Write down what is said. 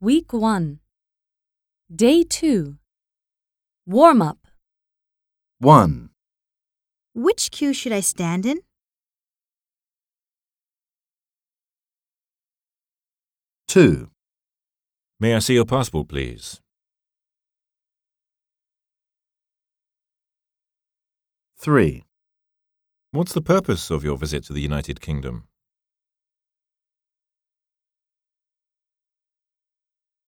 Week 1. Day 2. Warm up. 1, Which queue should I stand in? 2, May I see your passport, please? 3, What's the purpose of your visit to the United Kingdom?